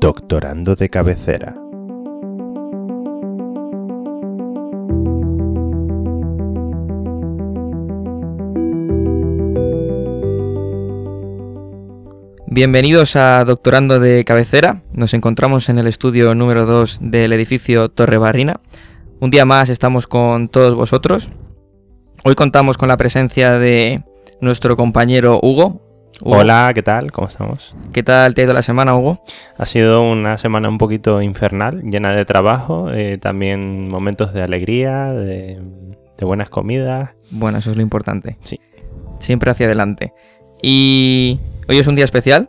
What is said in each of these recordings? Doctorando de cabecera. Bienvenidos a Doctorando de Cabecera. Nos encontramos en el estudio número 2 del edificio Torre Barrina. Un día más estamos con todos vosotros. Hoy contamos con la presencia de nuestro compañero Hugo. Hugo, Hola, ¿qué tal? ¿Cómo estamos? ¿Qué tal te ha ido la semana, Hugo? Ha sido una semana un poquito infernal, llena de trabajo, eh, también momentos de alegría, de, de buenas comidas. Bueno, eso es lo importante. Sí. Siempre hacia adelante. Y hoy es un día especial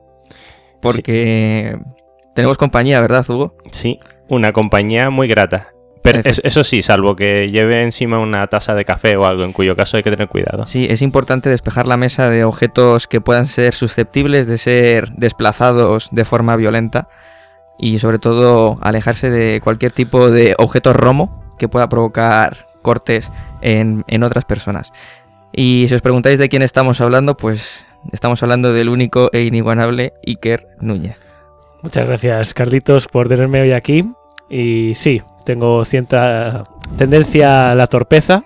porque tenemos compañía, ¿verdad, Hugo? Sí, una compañía muy grata. Pero es- eso sí, salvo que lleve encima una taza de café o algo, en cuyo caso hay que tener cuidado. Sí, es importante despejar la mesa de objetos que puedan ser susceptibles de ser desplazados de forma violenta y sobre todo alejarse de cualquier tipo de objeto romo que pueda provocar cortes en, en otras personas. Y si os preguntáis de quién estamos hablando, pues estamos hablando del único e inigualable Iker Núñez. Muchas gracias, Carlitos, por tenerme hoy aquí. Y sí, tengo cierta tendencia a la torpeza,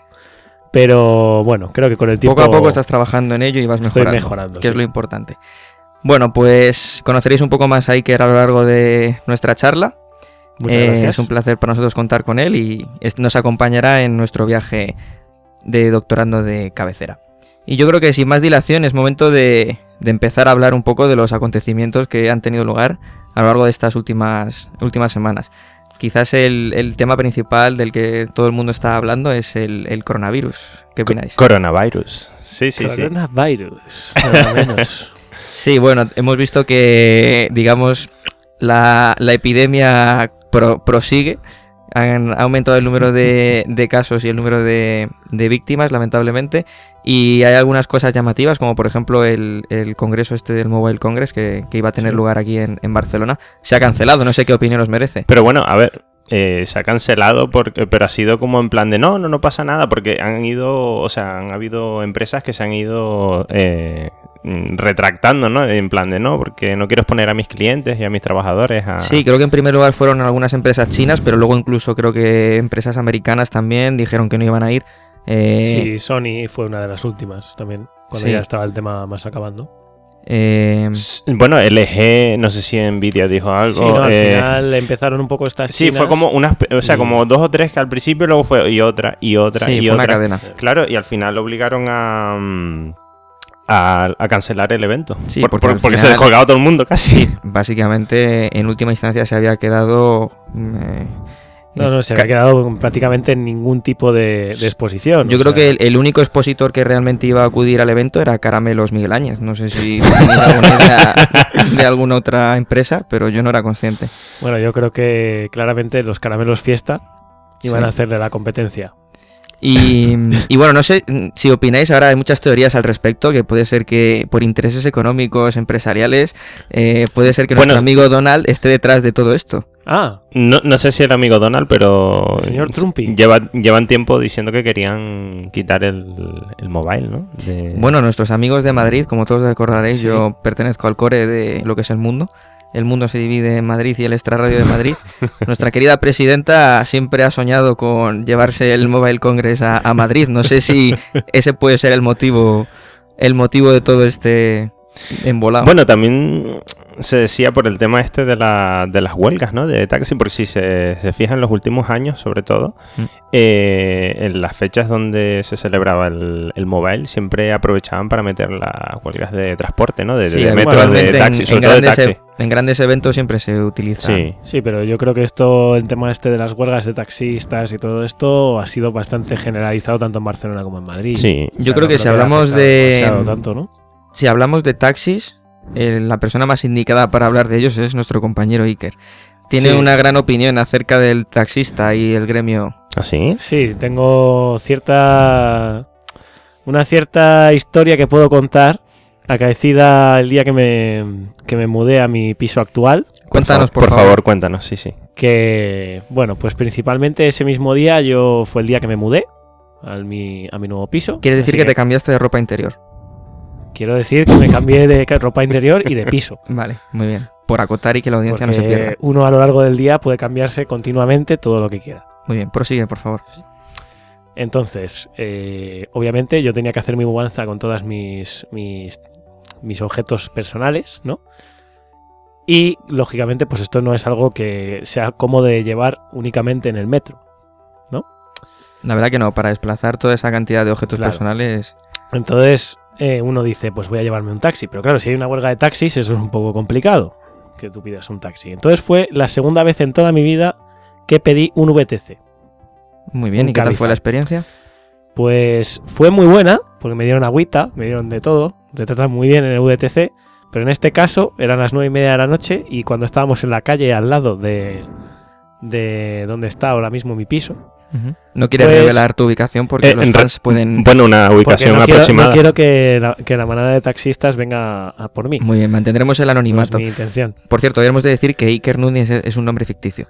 pero bueno, creo que con el tiempo Poco a poco estás trabajando en ello y vas estoy mejorando. mejorando. que es sí. lo importante. Bueno, pues conoceréis un poco más a Iker a lo largo de nuestra charla. Muchas Eh, gracias. Es un placer para nosotros contar con él y es- nos acompañará en nuestro viaje de doctorando de cabecera. Y yo creo que sin más dilación es momento de, de empezar a hablar un poco de los acontecimientos que han tenido lugar a lo largo de estas últimas, últimas semanas. Quizás el, el tema principal del que todo el mundo está hablando es el, el coronavirus. ¿Qué Co- opináis? Coronavirus. Sí, sí, sí. Coronavirus, nada menos. Sí, bueno, hemos visto que, digamos, la, la epidemia pro- prosigue. Han ha aumentado el número de, de casos y el número de, de víctimas, lamentablemente. Y hay algunas cosas llamativas, como por ejemplo el, el congreso este del Mobile Congress que, que iba a tener Sí. lugar aquí en, en Barcelona. Se ha cancelado, no sé qué opinión os merece. Pero bueno, a ver, eh, se ha cancelado, porque, pero ha sido como en plan de no, no, no pasa nada, porque han ido, o sea, han habido empresas que se han ido eh, mm, retractando, ¿no? En plan de no, porque no quiero exponer a mis clientes y a mis trabajadores a... Sí, creo que en primer lugar fueron algunas empresas chinas, pero luego incluso creo que empresas americanas también dijeron que no iban a ir. Eh, sí, Sony fue una de las últimas también, cuando Sí. ya estaba el tema más acabando. eh, S- Bueno, LG, no sé si Nvidia dijo algo. sí, no, al eh, final empezaron un poco estas sí, fue chinas. como unas, o sea, como dos o tres que al principio luego fue y otra y otra sí, y fue una otra. cadena. Claro, y al final obligaron a mm, a, a cancelar el evento. Sí, Por- porque por- al porque se final- descolgaba todo el mundo casi. básicamente en última instancia se había quedado... mm, eh, No, no, se había ca- quedado con prácticamente ningún tipo de, de exposición. Yo o creo sea, que el, el único expositor que realmente iba a acudir al evento era Caramelos Miguel Áñez. No sé si tenía alguna idea de alguna otra empresa, pero yo no era consciente. Bueno, yo creo que claramente los caramelos fiesta iban Sí. a hacerle la competencia. Y, y bueno, no sé mm, si opináis, ahora hay muchas teorías al respecto, que puede ser que por intereses económicos, empresariales, eh, puede ser que Bueno, nuestro amigo Donald esté detrás de todo esto. Ah, No, no sé si el amigo Donald, pero. El señor Trumpy. lleva- llevan tiempo diciendo que querían quitar el, el mobile, ¿no? De- Bueno, nuestros amigos de Madrid, como todos recordaréis, Sí. yo pertenezco al core de lo que es el mundo. El mundo se divide en Madrid y el extrarradio de Madrid. Nuestra querida presidenta siempre ha soñado con llevarse el Mobile Congress a, a Madrid. No sé si ese puede ser el motivo, el motivo de todo este embolado. Bueno, también se decía por el tema este de, la- de las huelgas, ¿no? De taxi, porque si se, se fijan los últimos años, sobre todo, Mm. eh, en las fechas donde se celebraba el, el mobile, siempre aprovechaban para meter las huelgas de transporte, ¿no? De, de- Sí, de metro, de habitualmente en- taxi, en sobre todo de grandes Ah, taxi. e- en grandes eventos siempre se utiliza. Sí. sí, pero yo creo que esto, el tema este de las huelgas de taxistas y todo esto, ha sido bastante generalizado tanto en Barcelona como en Madrid. Sí. Yo creo no que si haya hablamos afectado de- em, demasiado tanto, ¿no? Si hablamos de taxis, eh, la persona más indicada para hablar de ellos es nuestro compañero Iker. Tiene Sí. una gran opinión acerca del taxista y el gremio. ¿Así? Sí, tengo cierta. Una cierta historia que puedo contar, acaecida el día que me, que me mudé a mi piso actual. Cuéntanos, por, favor. favor, cuéntanos, sí, sí. que bueno, pues principalmente ese mismo día yo fue el día que me mudé al mi, a mi nuevo piso. Quiere decir Así que, te cambiaste de ropa interior. quiero decir que me cambié de ca- ropa interior y de piso. Vale, muy bien. por acotar y que la audiencia no se porque pierda. uno a lo largo del día puede cambiarse continuamente todo lo que quiera. Muy bien, prosigue, por favor. Entonces, eh, obviamente yo tenía que hacer mi mudanza con todas mis, mis, mis objetos personales, ¿no? Y, lógicamente, pues esto no es algo que sea cómodo de llevar únicamente en el metro. La verdad que no, para desplazar toda esa cantidad de objetos Claro. personales. Entonces, eh, uno dice, pues voy a llevarme un taxi. Pero claro, si hay una huelga de taxis, eso es un poco complicado, que tú pidas un taxi. Entonces fue la segunda vez en toda mi vida que pedí un VTC. Muy bien, Un ¿y qué tal fue Cabify. la experiencia? Pues fue muy buena, porque me dieron agüita, me dieron de todo, te tratan muy bien en el VTC, pero en este caso eran las nueve y media de la noche y cuando estábamos en la calle al lado de, de donde está ahora mismo mi piso, Ujú. No quieres Pues- revelar tu ubicación porque Eh, los en re- fans pueden. Bueno, una Mm. porque ubicación no quiero, no aproximada. quiero que, la, que la manada de taxistas venga a por mí, no Muy bien, mantendremos el es anonimato. mi intención. Por cierto, debemos de decir que Iker Núñez es, es un nombre ficticio.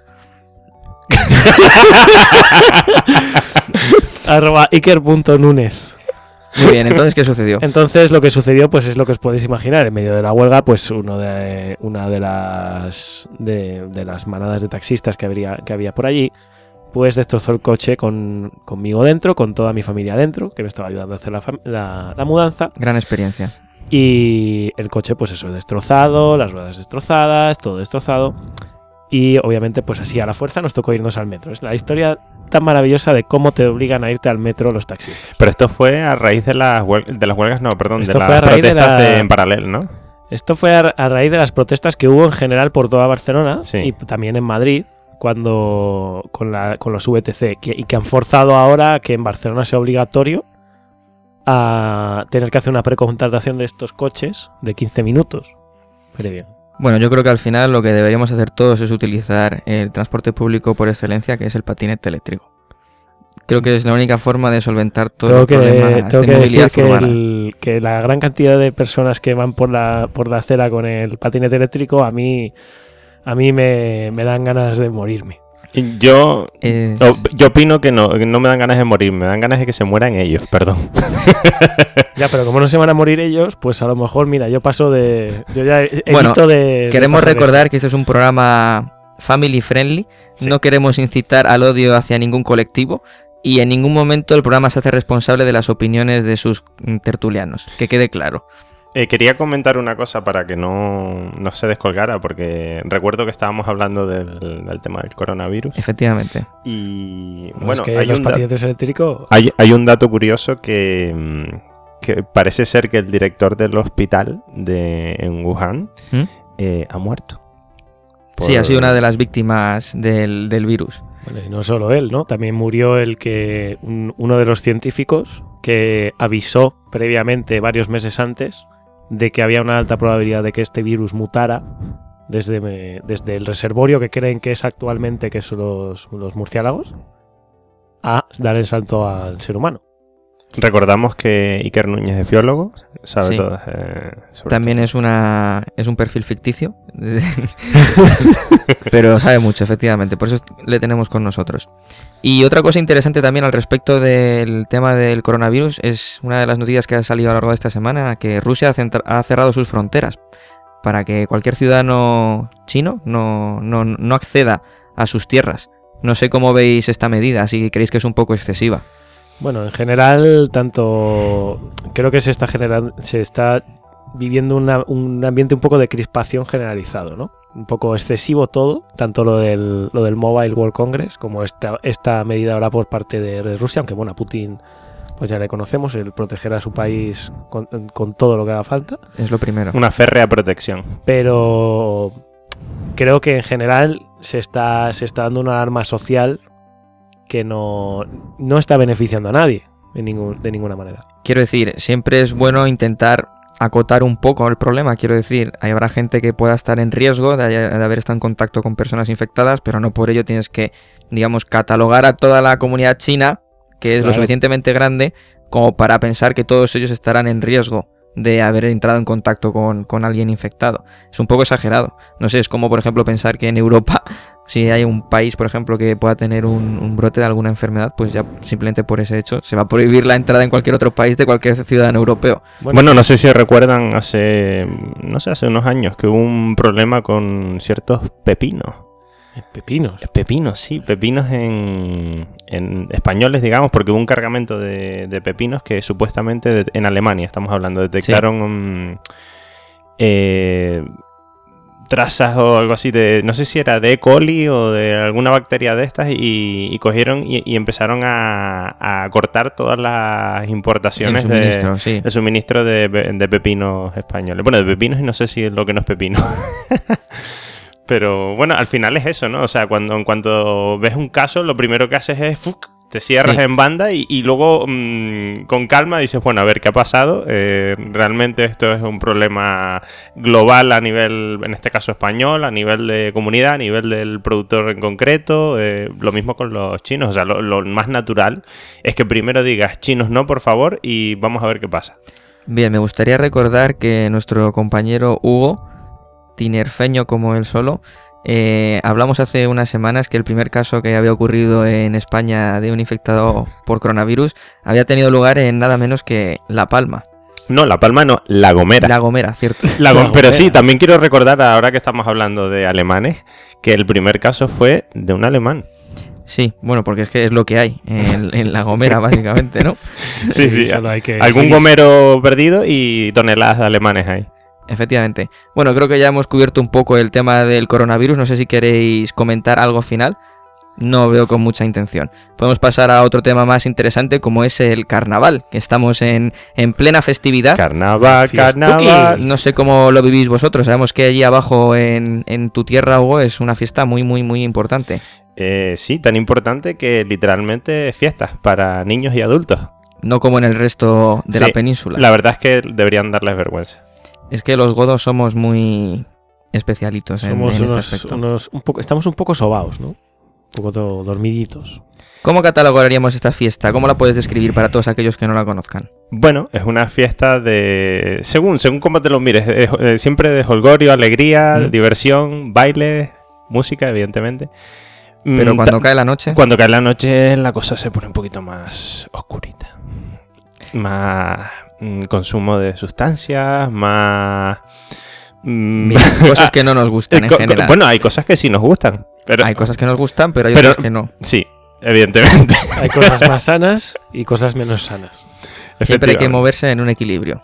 Arroba Iker.Núñez. Muy bien, entonces, ¿qué sucedió? Entonces lo que sucedió pues es lo que os podéis imaginar. En medio de la huelga, pues uno de, una de las de, de las manadas de taxistas que habría, que había por allí, pues destrozó el coche con, conmigo dentro, con toda mi familia dentro, que me estaba ayudando a hacer la, fam- la- la mudanza. Gran experiencia. Y el coche, pues eso, destrozado, las ruedas destrozadas, todo destrozado. Y obviamente, pues así a la fuerza nos tocó irnos al metro. Es la historia tan maravillosa de cómo te obligan a irte al metro los taxistas. Pero esto fue a raíz de las, huel- de las huelgas, no, perdón, Esto de fue a las raíz de protestas la- de- en paralelo, ¿no? Esto fue a, a raíz de las protestas que hubo en general por toda Barcelona Sí. y también en Madrid cuando con, la- con los VTC que- y que han forzado ahora que en Barcelona sea obligatorio a tener que hacer una precontratación de estos coches de 15 minutos. Previa. Bueno, yo creo que al final lo que deberíamos hacer todos es utilizar el transporte público por excelencia, que es el patinete eléctrico. Creo que es la única forma de solventar todos Tengo los que, problemas tengo de este que decir movilidad que, urbana. el- que la gran cantidad de personas que van por la, por la acera con el patinete eléctrico a mí, a mí me, me dan ganas de morirme. Y Yo, Es- o- yo opino que no, que no me dan ganas de morir, me dan ganas de que se mueran ellos, perdón. Ya, pero como no se van a morir ellos, pues a lo mejor, mira, yo paso de. Yo ya evito Bueno, de- de. Queremos pasar recordar que este es un programa family friendly. Sí. No queremos incitar al odio hacia ningún colectivo. Y en ningún momento el programa se hace responsable de las opiniones de sus mm, tertulianos. Que quede claro. Eh, quería comentar una cosa para que no, no se descolgara, porque recuerdo que estábamos hablando del, del tema del coronavirus. Efectivamente. Y eso. bueno, es que hay, los un da- patinetes eléctricos. hay- hay un dato curioso que, mm, que parece ser que el director del hospital de, en Wuhan ¿Mm? eh, ha muerto. Sí, ha sido Por- una de las víctimas del, del virus. Bueno, y no solo él, ¿no? También murió el que. un- uno de los científicos que avisó previamente, varios meses antes, de que había una alta probabilidad de que este virus mutara desde, me- desde el reservorio que creen que es actualmente, que son los, los murciélagos, a dar el salto al ser humano. Recordamos que Iker Núñez es biólogo, sabe Sí. todas, eh, sobre También es una es un perfil ficticio. Pero sabe mucho, efectivamente. Por eso es- le tenemos con nosotros. Y otra cosa interesante también al respecto del tema del coronavirus es una de las noticias que ha salido a lo largo de esta semana, que Rusia ha centra- ha cerrado sus fronteras para que cualquier ciudadano chino no, no, no acceda a sus tierras. No sé cómo veis esta medida, si creéis que es un poco excesiva. Bueno, en general, tanto creo que se está generando, se está viviendo una- un ambiente un poco de crispación generalizado, ¿no? Un poco excesivo todo, tanto lo del, lo del Mobile World Congress como esta, esta medida ahora por parte de de Rusia, aunque bueno, a Putin pues ya le conocemos, el proteger a su país con, con todo lo que haga falta, Es lo primero. Una férrea protección. pero creo que en general se está, se está dando una alarma social que no, no está beneficiando a nadie en ningún- de ninguna manera. Quiero decir, siempre es bueno intentar acotar un poco el problema. Quiero decir, ahí habrá gente que pueda estar en riesgo de, haya- de haber estado en contacto con personas infectadas, pero no por ello tienes que, digamos, catalogar a toda la comunidad china, que es lo Claro. suficientemente grande, como para pensar que todos ellos estarán en riesgo de haber entrado en contacto con, con alguien infectado. Es un poco exagerado. No sé, es como, por ejemplo, pensar que en Europa Si hay un país, por ejemplo, que pueda tener un, un brote de alguna enfermedad, pues ya simplemente por ese hecho se va a prohibir la entrada en cualquier otro país de cualquier ciudadano europeo. Bueno, no sé si recuerdan hace, no sé, hace unos años que hubo un problema con ciertos pepinos. Eh, Pepinos. Pepinos, sí, pepinos en, en españoles, digamos, porque hubo un cargamento de, de pepinos que supuestamente de- en Alemania, estamos hablando, detectaron mm, eh, trazas o algo así de, no sé si era de E. coli o de alguna bacteria de estas y, y cogieron y, y empezaron a, a cortar todas las El importaciones de, suministro, sí. el suministro de, pe- de pepinos españoles. Bueno, de pepinos y no sé si es lo que no es pepino. Pero bueno, al final es eso, ¿no? O sea, cuando en cuanto ves un caso, lo primero que haces es ¡fuc! te cierras Sí. en banda y, y luego mm, con calma dices, bueno, a ver qué ha pasado. Eh, realmente esto es un problema global a nivel, en este caso español, a nivel de comunidad, a nivel del productor en concreto. eh, lo mismo con los chinos. O sea, lo- lo más natural es que primero digas chinos no, por favor, y vamos a ver qué pasa. Bien, me gustaría recordar que nuestro compañero Hugo, tinerfeño como él solo, eh, hablamos hace unas semanas que el primer caso que había ocurrido en España de un infectado por coronavirus había tenido lugar en nada menos que La Palma, No, La Palma no, La Gomera. La Gomera, cierto. La Gom- pero La Gomera. sí, también quiero recordar, ahora que estamos hablando de alemanes, que el primer caso fue de un alemán. Sí, bueno, porque es que es lo que hay en, en La Gomera, básicamente, ¿no? Sí, sí. solo hay Eh, que- Algún gomero perdido y toneladas de alemanes ahí. Efectivamente. Bueno, creo que ya hemos cubierto un poco el tema del coronavirus. No sé si queréis comentar algo final. No veo con mucha intención. Podemos pasar a otro tema más interesante como es el carnaval, que estamos en, en plena festividad. Carnaval, Fiestuki. carnaval. no sé cómo lo vivís vosotros. Sabemos que allí abajo en, en tu tierra, Hugo, es una fiesta muy, muy, muy importante. Eh, sí, tan importante que literalmente fiestas para niños y adultos. No como en el resto de la Sí, península. La verdad es que deberían darles vergüenza. Es que los godos somos muy especialitos en- Somos en, este unos, aspecto. unos- un poco, estamos un poco sobaos, ¿no? Un poco do- dormiditos. ¿Cómo catalogaríamos esta fiesta? ¿Cómo la puedes describir para todos aquellos que no la conozcan? Bueno, es una fiesta de. Según, según cómo te lo mires, es, eh, siempre de holgorio, alegría, Mm. diversión, baile, música, evidentemente. Mm, Pero cuando ta- cae la noche, cuando cae la noche, la cosa se pone un poquito más oscurita. Más mm, consumo de sustancias, más. mm, mira, cosas que no nos gustan eh, en co- co- general. bueno, hay cosas que sí nos gustan. Pero, hay cosas que nos gustan, pero hay pero- otras que no. Sí, evidentemente. Hay cosas más sanas y cosas menos sanas. Siempre hay que efectivamente. moverse en un equilibrio.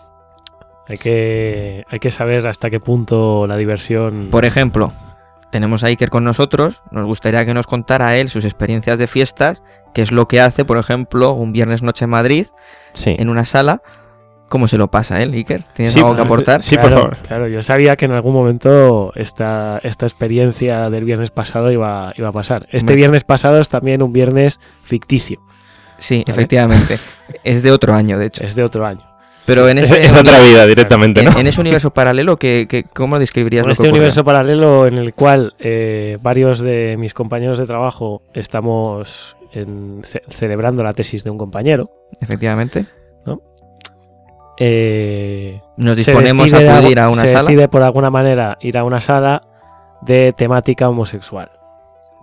Hay que, hay que saber hasta qué punto la diversión. Por e- ejemplo, tenemos a Iker con nosotros, nos gustaría que nos contara él sus experiencias de fiestas, qué es lo que hace, por ejemplo, un viernes noche en Madrid, Sí. en una sala. ¿Cómo se lo pasa él, Iker? ¿Tienes Sí, algo que eh, aportar? sí, Claro, por favor. Claro, yo sabía que en algún momento esta, esta experiencia del viernes pasado iba, iba a pasar. Este Me- viernes pasado es también un viernes ficticio, Sí, Vale. efectivamente. es de otro año, de hecho. es de otro año. Pero en Es, ese, es otra vida directamente, ¿no? en, en ese universo paralelo, ¿qué, qué- cómo lo describirías? Con lo que este ocurre? universo paralelo en el cual eh, varios de mis compañeros de trabajo estamos en- ce- celebrando la tesis de un compañero, Efectivamente. eh, Nos se disponemos decide a de acudir algu- a una se sala. decide por alguna manera ir a una sala de temática homosexual.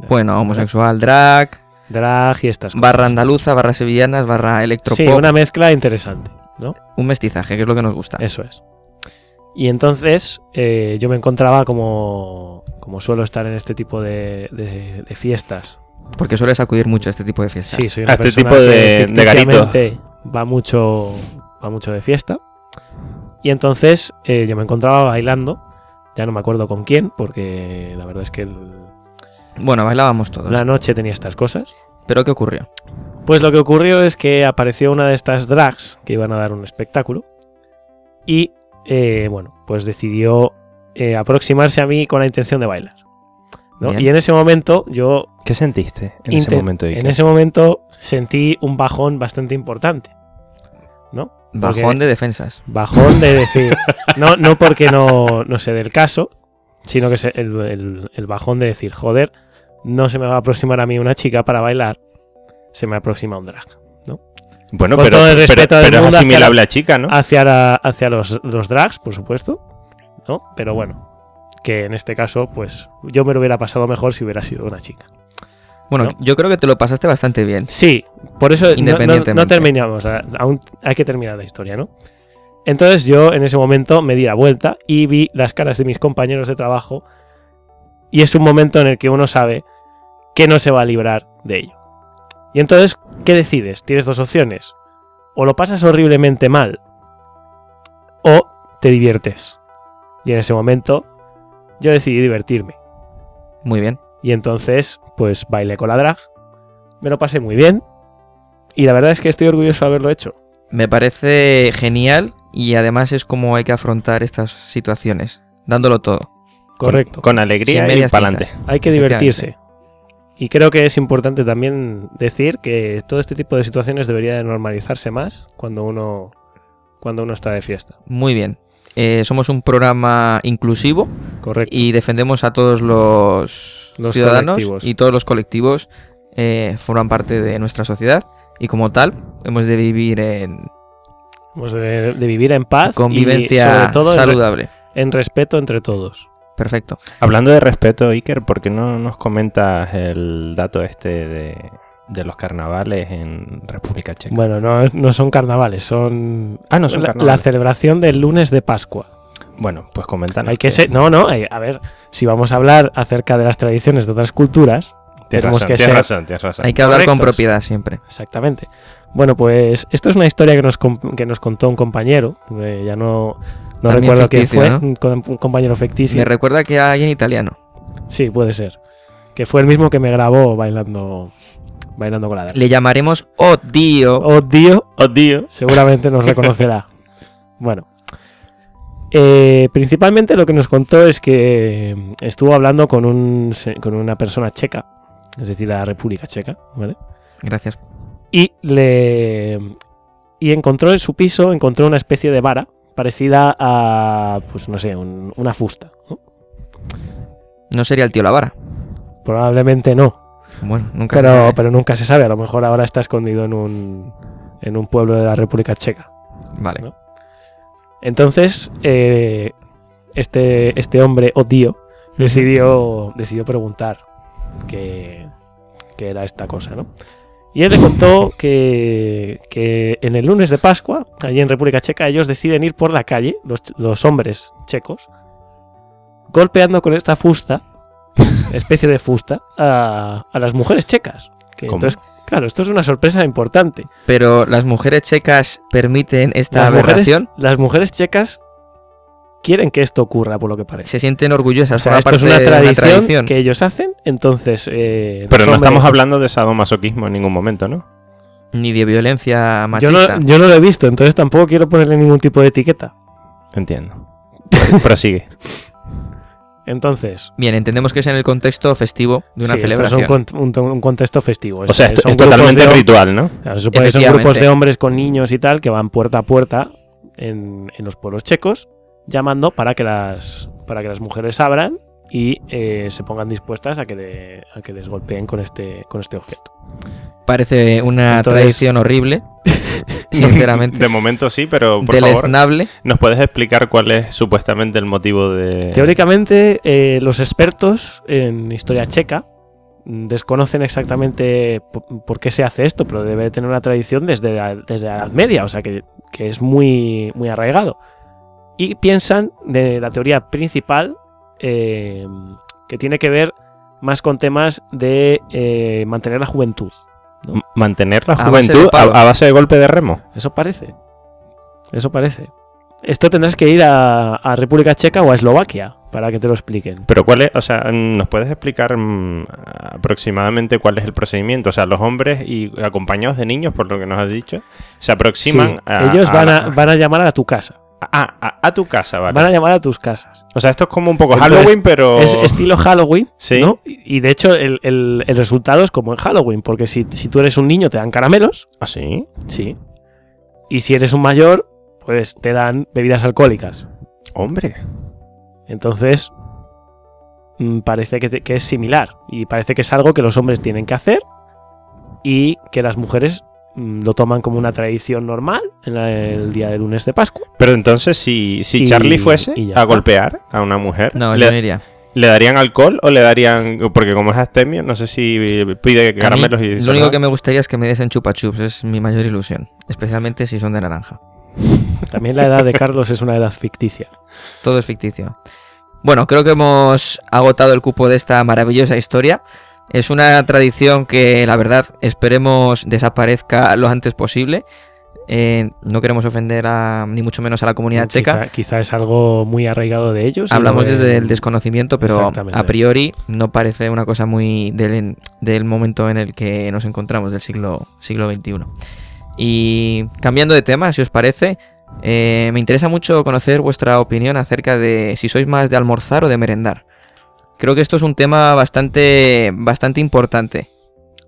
Bueno, homosexual, drag, Drag y estas cosas. barra andaluza, barra sevillanas, barra electropop. Sí, una Eh. mezcla interesante, ¿no? Un mestizaje, que es lo que nos gusta. Eso es. Y entonces eh, yo me encontraba como, como suelo estar en este tipo de, de- de fiestas. Porque sueles acudir mucho a este tipo de fiestas. Sí, soy una A este persona tipo de- que de garitos. ficticiamente Va mucho, va mucho de fiesta. Y entonces eh, yo me encontraba bailando. Ya no me acuerdo con quién, porque la verdad es que el- Bueno, bailábamos todos. la noche tenía estas cosas. Pero ¿qué ocurrió? Pues lo que ocurrió es que apareció una de estas drags que iban a dar un espectáculo y, eh, bueno, pues decidió eh, aproximarse a mí con la intención de bailar. ¿no? Bien. Y en ese momento yo... ¿Qué sentiste en ese inte- momento? en Iker? ese momento sentí un bajón bastante importante. ¿No? Porque- Bajón de defensas. Bajón de decir... no, no porque no, no sé del caso, sino que se- el, el- el bajón de decir, joder, no se me va a aproximar a mí una chica para bailar, se me aproxima un drag. Bueno, Con pero, todo el pero- respeto del pero es mundo hacia asimilable la- Ah, a chica, ¿no? hacia, la- hacia los, los drags, por supuesto. ¿no? Pero bueno, que en este caso, pues yo me lo hubiera pasado mejor si hubiera sido una chica. Bueno, ¿no? yo creo que te lo pasaste bastante bien. Sí, por eso no- no, no, Independientemente. terminamos, a- aún hay que terminar la historia, ¿no? Entonces yo en ese momento me di la vuelta y vi las caras de mis compañeros de trabajo y es un momento en el que uno sabe que no se va a librar de ello. Y entonces, ¿qué decides? Tienes dos opciones. O lo pasas horriblemente mal o te diviertes. Y en ese momento yo decidí divertirme. Muy bien. Y entonces, pues bailé con la drag. Me lo pasé muy bien. Y la verdad es que estoy orgulloso de haberlo hecho. Me parece genial y además es como hay que afrontar estas situaciones, dándolo todo. Con- Correcto. Con, alegría Sin y medias para adelante. Hay que divertirse. Y creo que es importante también decir que todo este tipo de situaciones debería de normalizarse más cuando uno, cuando uno está de fiesta. Muy bien. Eh, somos un programa inclusivo Correcto. y defendemos a todos los, Los ciudadanos colectivos. y todos los colectivos eh, forman parte de nuestra sociedad y como tal hemos de vivir en Hemos de, de vivir en paz y convivencia sobre todo en re- saludable. en respeto entre todos. Perfecto. Hablando de respeto, Iker, ¿por qué no nos comentas el dato este de, de los carnavales en República Checa? Bueno, no, no son carnavales, son, ah, no, son la- la carnavales. celebración del lunes de Pascua. Bueno, pues comentan. Hay que ser, no, no, hay- a ver, si vamos a hablar acerca de las tradiciones de otras culturas, Tienes tenemos razón, que tienes ser- razón, tienes razón. Hay que hablar con correctos. propiedad siempre. exactamente. Bueno, pues esto es una historia que nos, com- que nos contó un compañero, eh, ya no, no También recuerdo quién ficticio, fue, ¿no? un, com- un compañero ficticio. Me recuerda que hay en italiano. sí, puede ser. Que fue el mismo que me grabó bailando, bailando con la dama. Le llamaremos Odio. Oh. Odio, Odio. seguramente nos reconocerá. Bueno. Eh, principalmente lo que nos contó es que eh, estuvo hablando con, un, se- con una persona checa, es decir, la República Checa, ¿vale? Gracias. y le y encontró en su piso encontró una especie de vara parecida a pues no sé un- una fusta ¿no? No sería el tío Lavara. probablemente no Bueno, nunca. se pero sabe. pero nunca se sabe a lo mejor ahora está escondido en un en un pueblo de la República Checa Vale. ¿no? entonces eh, este este hombre odio decidió decidió preguntar qué qué era esta cosa no Y él le contó que, que en el lunes de Pascua, allí en República Checa, ellos deciden ir por la calle, los, los hombres checos, golpeando con esta fusta, especie de fusta, a, a las mujeres checas. Que ¿Cómo? entonces, claro, esto es una sorpresa importante. Pero las mujeres checas permiten esta Las mujeres, aberración. las mujeres checas quieren que esto ocurra, por lo que parece. Se sienten orgullosas. O sea, forma esto es parte una de tradición, que ellos hacen, entonces... eh, Pero los no estamos hombres- hablando de sadomasoquismo en ningún momento, ¿no? Ni de violencia Yo machista. no, yo no lo he visto, entonces tampoco quiero ponerle ningún tipo de etiqueta. Entiendo. Prosigue. Entonces, Bien, entendemos que es en el contexto festivo de una sí, esto es celebración. un cont- un, to- un contexto festivo. O sea, Pues Son es, es grupos totalmente de hom- ritual, ¿no? Claro, se supone que son Efectivamente. grupos de hombres con niños y tal que van puerta a puerta en, en los pueblos checos llamando para que las, para que las mujeres abran y eh, se pongan dispuestas a que, le- a que les golpeen con este, con este objeto. Parece una Entonces- tradición horrible. sinceramente. De momento sí, pero por favor, Deleznable. ¿nos puedes explicar cuál es supuestamente el motivo de. Teóricamente, eh, los expertos en historia checa mm, desconocen exactamente po- por qué se hace esto, pero debe tener una tradición desde la, desde la Edad Media, o sea que, que es muy, muy arraigado. Y piensan de la teoría principal eh, que tiene que ver más con temas de eh, mantener la juventud. M- Mantener la A base de juventud a, palo. a base de golpe de remo. Eso parece. Eso parece. Esto tendrás que ir a, a República Checa o a Eslovaquia para que te lo expliquen. Pero cuál es, o sea, mm, ¿nos puedes explicar mm, aproximadamente cuál es el procedimiento? O sea, los hombres y acompañados de niños, por lo que nos has dicho, se aproximan Sí, a. Ellos van a, la- van a llamar a tu casa. Ah, a, a tu casa, vale. Van a llamar a tus casas. O sea, esto es como un poco Entonces, Halloween, pero. Es estilo Halloween, Sí. ¿no? Y y de hecho, el, el- el resultado es como en Halloween, porque si, si tú eres un niño te dan caramelos, ¿Ah, sí? sí. Y si eres un mayor, pues te dan bebidas alcohólicas. Hombre. Entonces, mm, parece que, te- que es similar. Y parece que es algo que los hombres tienen que hacer y que las mujeres mm, lo toman como una tradición normal en la- el día de lunes de Pascua. Pero entonces, si, si Y- Charlie fuese y a ya está. golpear a una mujer, No, yo no le, iría. le darían alcohol o le darían.? Porque como es astemio, no sé si pide A mí, caramelos y. lo único que me gustaría es que me desen chupa chups, es mi mayor ilusión. Especialmente si son de naranja. También la edad de Carlos es una edad ficticia. Todo es ficticio. Bueno, creo que hemos agotado el cupo de esta maravillosa historia. Es una tradición que, la verdad, esperemos desaparezca lo antes posible. Eh, no queremos ofender a, ni mucho menos a la comunidad checa. Quizá, quizá es algo muy arraigado de ellos. y Hablamos no de- desde el desconocimiento, pero Exactamente. a priori no parece una cosa muy del, del momento en el que nos encontramos, del siglo, siglo XXI. Y cambiando de tema, si os parece, eh, me interesa mucho conocer vuestra opinión acerca de si sois más de almorzar o de merendar. Creo que esto es un tema bastante, bastante importante.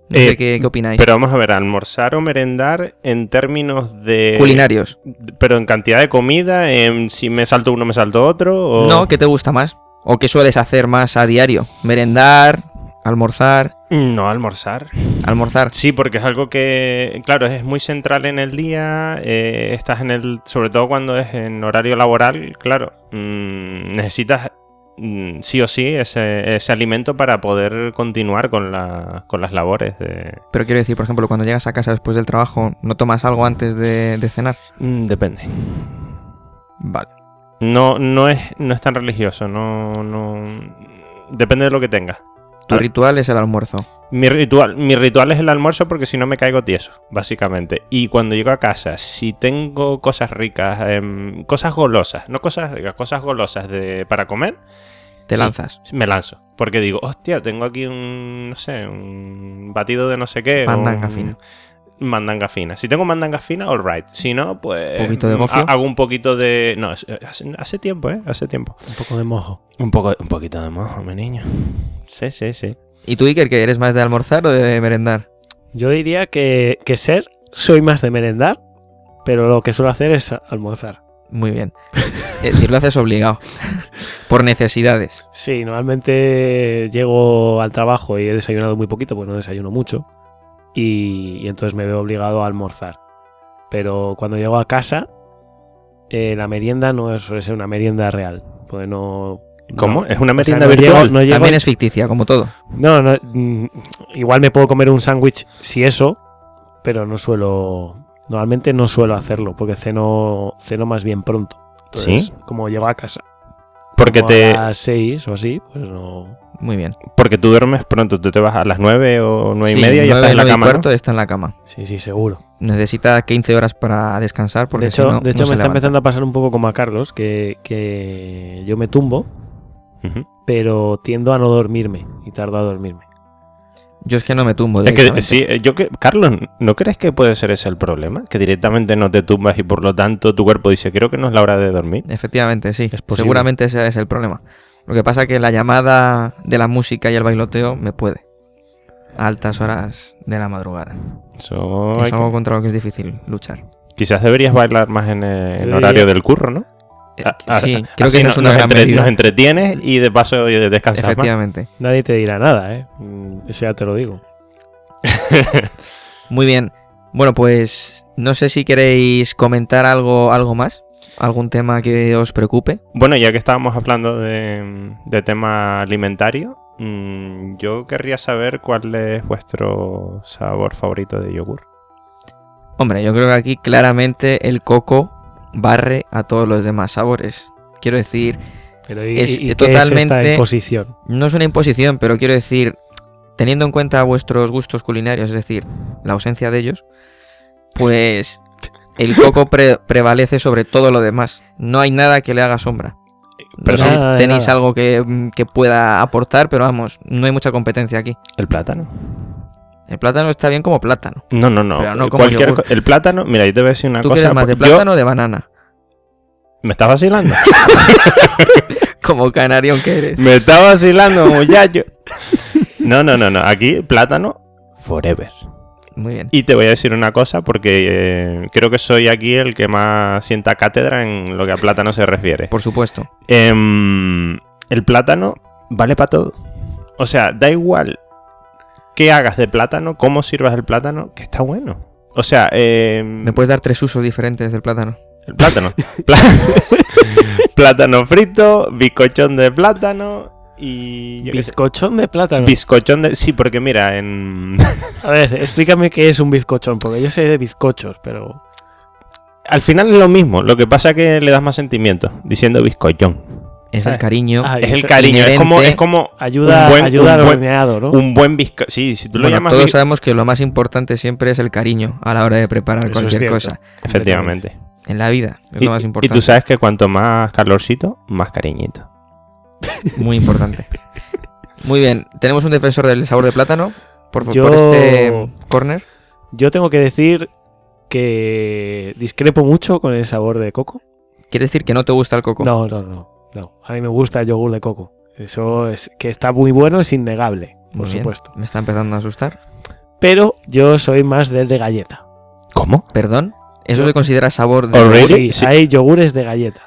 No sé Eh, qué, qué opináis. Pero vamos a ver, almorzar o merendar en términos de. Culinarios. Pero en cantidad de comida, en si me salto uno, me salto otro. O... No, ¿qué te gusta más? ¿O qué sueles hacer más a diario? ¿Merendar? ¿Almorzar? No, almorzar. ¿Almorzar? Sí, porque es algo que, claro, es muy central en el día. eh, estás en el, sobre todo cuando es en horario laboral, claro, mm, necesitas mm, sí o sí ese, ese alimento para poder continuar con, la- con las labores. De, Pero quiero decir, por ejemplo, cuando llegas a casa después del trabajo, ¿no tomas algo antes de, de cenar? Mm, depende. Vale. No, no es, no es tan religioso. No, no. Depende de lo que tengas. Tu Ah. ritual es el almuerzo. Mi ritual, mi ritual es el almuerzo porque si no me caigo tieso, básicamente. Y cuando llego a casa, si tengo cosas ricas, em, cosas golosas, no cosas ricas, cosas golosas de, para comer, Te Sí. lanzas. me lanzo. Porque digo, hostia, tengo aquí un, no sé, un batido de no sé qué. Mandanga un- fina. Mandanga fina. Si tengo mandanga fina, all right. Si no, pues... Poquito de mm, gofio. ha- Hago un poquito de... No, es- hace, hace tiempo, ¿eh? Hace tiempo. Un poco de mojo. Un, poco, un poquito de mojo, mi niño. Sí, sí, sí. ¿Y tú, Iker, que eres más de almorzar o de merendar? Yo diría que, que ser, soy más de merendar, pero lo que suelo hacer es almorzar. Muy bien. Es decir, lo haces obligado. Por necesidades. Sí, normalmente llego al trabajo y he desayunado muy poquito, porque no desayuno mucho, y, y entonces me veo obligado a almorzar. Pero cuando llego a casa, eh, la merienda no suele ser una merienda real, porque no... ¿Cómo? no- ¿Es una o sea, merienda no llego- virtual? no llego- También es ficticia, como todo. No, no, mm, igual me puedo comer un sándwich si eso, pero no suelo. Normalmente no suelo hacerlo porque ceno, ceno más bien pronto. Entonces, ¿Sí? Como llego a casa. Porque como te... A las 6 o así, pues no. Muy bien. Porque tú duermes pronto, tú te vas a las 9 o 9 Sí, y media y ya nueve, estás en la nueve y cama. ¿no? cuarto está en la cama. Sí, sí, seguro. Necesita 15 horas para descansar porque de hecho, si no, de hecho no me se está levanta. empezando a pasar un poco como a Carlos, que, que yo me tumbo, Ujú. pero tiendo a no dormirme y tardo a dormirme. Yo es que no me tumbo. Es que directamente. sí, eh, yo que, Carlos, ¿no crees que puede ser ese el problema? Que directamente no te tumbas y por lo tanto tu cuerpo dice, creo que no es la hora de dormir. Efectivamente, sí. Es posible. Seguramente ese es el problema. Lo que pasa es que la llamada de la música y el bailoteo me puede. A altas horas de la madrugada. Eso hay es que- algo contra lo que es difícil luchar. Quizás deberías bailar más en el Yo horario diría- del curro, ¿no? Eh, A- a- sí, creo Ah, así que esa no- es una nos, gran entre- medida. nos entretienes y de paso oye, descansas más. Efectivamente. Nadie te dirá nada, ¿eh? Mm, Eso ya te lo digo. Muy bien. Bueno, pues no sé si queréis comentar algo, algo más. ¿Algún tema que os preocupe? Bueno, ya que estábamos hablando de, de tema alimentario, mm, yo querría saber cuál es vuestro sabor favorito de yogur. Hombre, yo creo que aquí claramente el coco barre a todos los demás sabores. Quiero decir, Pero ¿y, Es y- y qué es esta totalmente- imposición? No es una imposición, pero quiero decir, teniendo en cuenta vuestros gustos culinarios, es decir, la ausencia de ellos, pues el coco pre- prevalece sobre todo lo demás. No hay nada que le haga sombra. Pero no sé sí. si Eh, Nada de tenéis nada. algo que, mm, que pueda aportar, pero vamos, no hay mucha competencia aquí. El plátano. El plátano está bien como plátano. No, no, no. Pero no como Cualquier yogur. co- el plátano, mira, yo te voy a decir una ¿Tú cosa. quieres más de porque plátano o de banana? yo- me estás vacilando. Como canarión que Mm. eres. me estás vacilando, muchacho. No, no, no, no. Aquí, plátano forever. Muy bien. Y te voy a decir una cosa porque eh, creo que soy aquí el que más sienta cátedra en lo que a plátano se refiere. Por supuesto. Em, el plátano vale para todo. O sea, da igual qué hagas de plátano, cómo sirvas el plátano, que está bueno. O sea, eh, Me puedes dar tres usos diferentes del plátano. el plátano. Pla- plátano frito, bizcochón de plátano y... yo qué sé. Bizcochón de plátano. Bizcochón de... Sí, porque mira, en... a ver, explícame qué es un bizcochón, porque yo sé de bizcochos, pero. Al final es lo mismo, lo que pasa es que le das más sentimiento diciendo bizcochón. Es Ah. el cariño. Ah, Es eso- el cariño, es como, es como Ayuda, un buen- ayuda un al buen- horneado, ¿no? un buen bizcocho. Sí, si tú lo Bueno, llamas todos biz- sabemos que lo más importante siempre es el cariño a la hora de preparar Eso es cualquier cierto. cosa. Efectivamente. En la vida es Y, lo más y importante. tú sabes que cuanto más calorcito, más cariñito. Muy importante. Muy bien, tenemos un defensor del sabor de plátano por, por Yo- este corner. Yo tengo que decir que discrepo mucho con el sabor de coco. Quiere decir que no te gusta el coco. No, no, no, no. A mí me gusta el yogur de coco. Eso es que está muy bueno, es innegable, por Muy bien, supuesto. Me está empezando a asustar. Pero yo soy más del de galleta. ¿Cómo? Perdón. ¿Eso se considera sabor de, Horrible. Sí, ¿Really? Sí. hay yogures de galleta.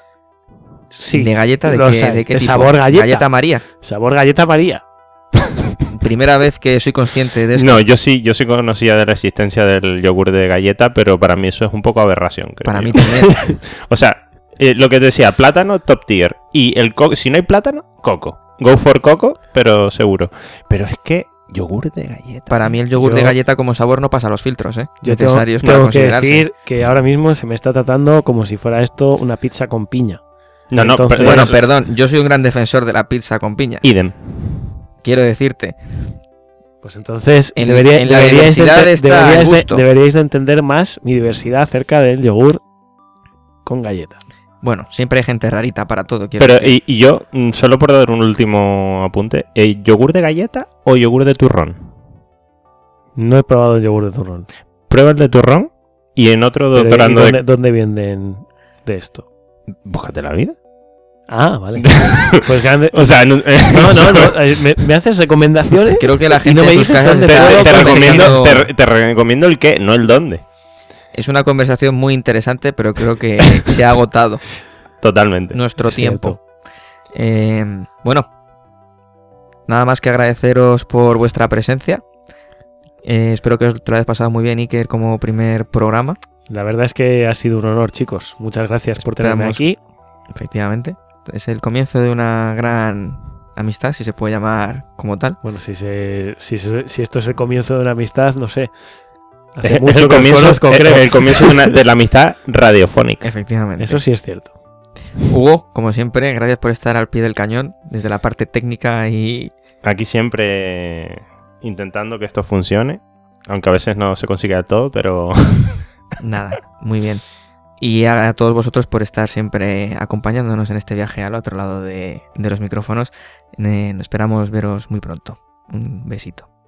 Sí. de galleta? ¿De, Los qué, hay. de qué De tipo? sabor galleta. Galleta María. Sabor galleta María. Primera vez que soy consciente de esto. No, yo sí, yo sí conocía de la existencia del yogur de galleta, pero para mí eso es un poco aberración. creo Para yo. mí también. O sea, eh, lo que te decía, plátano top tier. Y el co- si no hay plátano, coco. Go for coco, pero seguro. Pero es que yogur de galleta. Para mí el yogur Yo- de galleta como sabor no pasa los filtros, ¿eh? Yo tengo, Necesarios tengo para que considerarse. decir que ahora mismo se me está tratando como si fuera esto una pizza con piña. No, no, Entonces- pero- Bueno, eso- perdón, yo soy un gran defensor de la pizza con piña. idem. Quiero decirte, Pues entonces En- debería- en la deberíais, de, diversidad está el deberíais de- gusto. deberíais de entender más mi diversidad acerca del yogur con galleta. bueno, siempre hay gente rarita para todo. quiero Pero, decir. y, y yo, mm, solo por dar un último apunte, eh, ¿yogur de galleta o yogur de turrón? No he probado el yogur de turrón. Prueba el de turrón y en otro Pero ¿y doctorando dónde, de... dónde venden de esto? Búscate la vida. Ah, vale. pues grande- O sea, en un- No, no, no. eh, ¿Me, me haces recomendaciones? Creo que la gente no me en sus dices casas dónde Te, Pero está te- te luego recomiendo, pensando- te, re- te recomiendo el qué, no el dónde. Es una conversación muy interesante, pero creo que se ha agotado Totalmente. nuestro Es tiempo. Eh, bueno, nada más que agradeceros por vuestra presencia. Eh, espero que os lo hayáis pasado muy bien, Iker, como primer programa, La verdad es que ha sido un honor, chicos. Muchas gracias por tenerme Esperamos. aquí. efectivamente. Es el comienzo de una gran amistad, si se puede llamar como tal. Bueno, si, se, si, se- si esto es el comienzo de una amistad, no sé. Es Hace el mucho que os comienzo- conozco, es creo. el comienzo de, una- de la amistad radiofónica. Efectivamente. Eso sí es cierto. Hugo, como siempre, gracias por estar al pie del cañón, desde la parte técnica y Aquí siempre intentando que esto funcione, aunque a veces no se consigue del todo, pero nada, muy bien. Y a, a todos vosotros por estar siempre acompañándonos en este viaje al otro lado de, de los micrófonos. Eh, esperamos veros muy pronto. Un besito.